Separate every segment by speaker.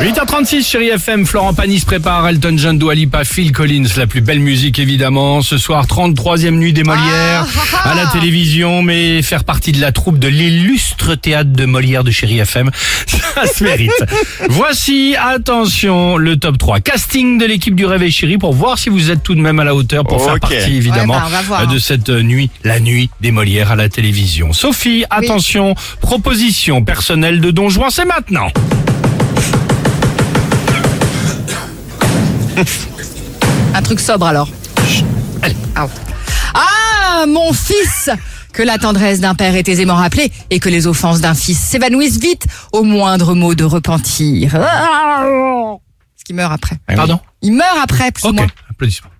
Speaker 1: 8h36, chérie FM, Florent Pagny se prépare, Elton John, Dua Lipa, Phil Collins, la plus belle musique évidemment. Ce soir, 33e nuit des
Speaker 2: Ah,
Speaker 1: Molières à la télévision, mais faire partie de la troupe de l'illustre théâtre de Molière de chérie FM, ça se mérite. Voici, attention, le top 3. Casting de l'équipe du Réveil Chéri pour voir si vous êtes tout de même à la hauteur pour faire
Speaker 3: Ok.
Speaker 1: partie évidemment
Speaker 2: Ouais, bah, on va voir.
Speaker 1: de cette euh, nuit, la nuit des Molières à la télévision. Sophie, attention, proposition personnelle de Don Juan, c'est maintenant.
Speaker 2: Un truc sobre alors.
Speaker 1: Allez.
Speaker 2: Ah, ouais. Ah, mon fils Que la tendresse d'un père est aisément rappelée et que les offenses d'un fils s'évanouissent vite au moindre mot de repentir. Ah, Parce qu'il meurt après.
Speaker 1: Pardon
Speaker 2: Il meurt après, plus ou
Speaker 1: Ok,
Speaker 2: moins.
Speaker 1: applaudissements.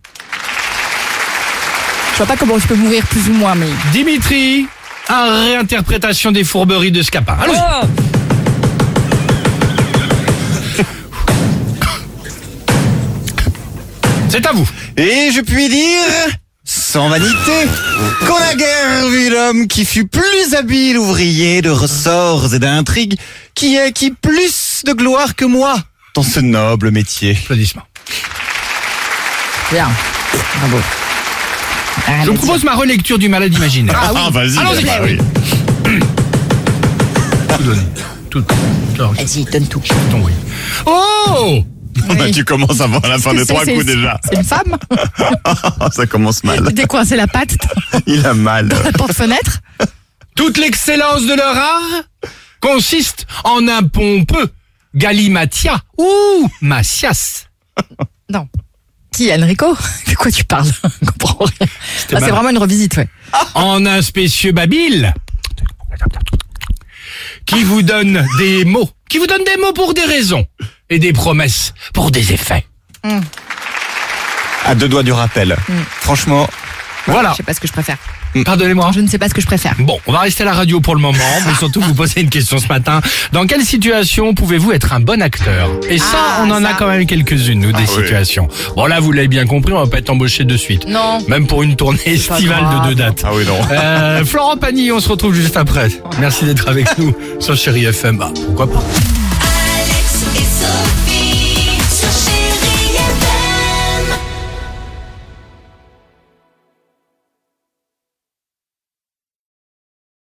Speaker 2: Je vois pas comment je peux mourir plus ou moins, mais...
Speaker 1: Dimitri, à réinterprétation des fourberies de Scapin. Allons-y.
Speaker 2: Oh
Speaker 1: C'est à vous.
Speaker 3: Et je puis dire, sans vanité, qu'on a guère vu l'homme qui fut plus habile ouvrier de ressorts et d'intrigues, qui acquit plus de gloire que moi dans ce noble métier.
Speaker 1: Applaudissements.
Speaker 2: Bien. Ah Bravo. Rien à
Speaker 1: Je vous
Speaker 2: dire.
Speaker 1: propose ma relecture du malade imaginaire.
Speaker 2: Ah oui.
Speaker 3: vas-y,
Speaker 1: Allons-y.
Speaker 3: bah oui.
Speaker 1: Ah, Tout donné. Tout. Alors, je
Speaker 2: Vas-y, donne tout.
Speaker 1: t'en prie. Oh
Speaker 3: Non, bah,
Speaker 2: Oui.
Speaker 3: tu commences à voir la fin
Speaker 2: Qu'est-ce
Speaker 3: des
Speaker 2: que
Speaker 3: trois
Speaker 2: c'est,
Speaker 3: coups
Speaker 2: c'est-
Speaker 3: déjà. Oh,
Speaker 2: C'est une femme
Speaker 3: Ça commence mal.
Speaker 2: Décoincé la patte
Speaker 3: Il a mal.
Speaker 2: dans la porte-fenêtre
Speaker 1: Toute l'excellence de leur art consiste en un pompeux galimatia ou macias.
Speaker 2: Non. Qui, Enrico De quoi tu parles Je comprends rien. Ah,
Speaker 1: marrant.
Speaker 2: c'est vraiment une revisite, ouais.
Speaker 1: en un spécieux babil qui vous donne des mots, qui vous donne des mots pour des raisons et des promesses pour des effets.
Speaker 3: À deux doigts du rappel.
Speaker 2: Mm.
Speaker 3: Franchement,
Speaker 1: Voilà.
Speaker 2: Je sais pas ce que je préfère.
Speaker 1: Pardonnez-moi.
Speaker 2: Je ne sais pas ce que je préfère.
Speaker 1: Bon, on va rester à la radio pour le moment, mais surtout vous posez une question ce matin. Dans quelle situation pouvez-vous être un bon acteur Et ça,
Speaker 2: Ah,
Speaker 1: on en a
Speaker 2: ça.
Speaker 1: quand même quelques-unes, nous, des
Speaker 3: Ah oui.
Speaker 1: situations. Bon, là, vous l'avez bien compris, on va pas être embauché de suite.
Speaker 2: Non.
Speaker 1: Même pour une tournée
Speaker 2: pas
Speaker 1: estivale de
Speaker 2: grave.
Speaker 1: deux dates.
Speaker 3: ah oui, non.
Speaker 1: Euh, Florent Pagny, on se retrouve juste après. Ah, Merci d'être avec nous sur Chéri FM. Bah, pourquoi pas
Speaker 4: Alex et Sophie.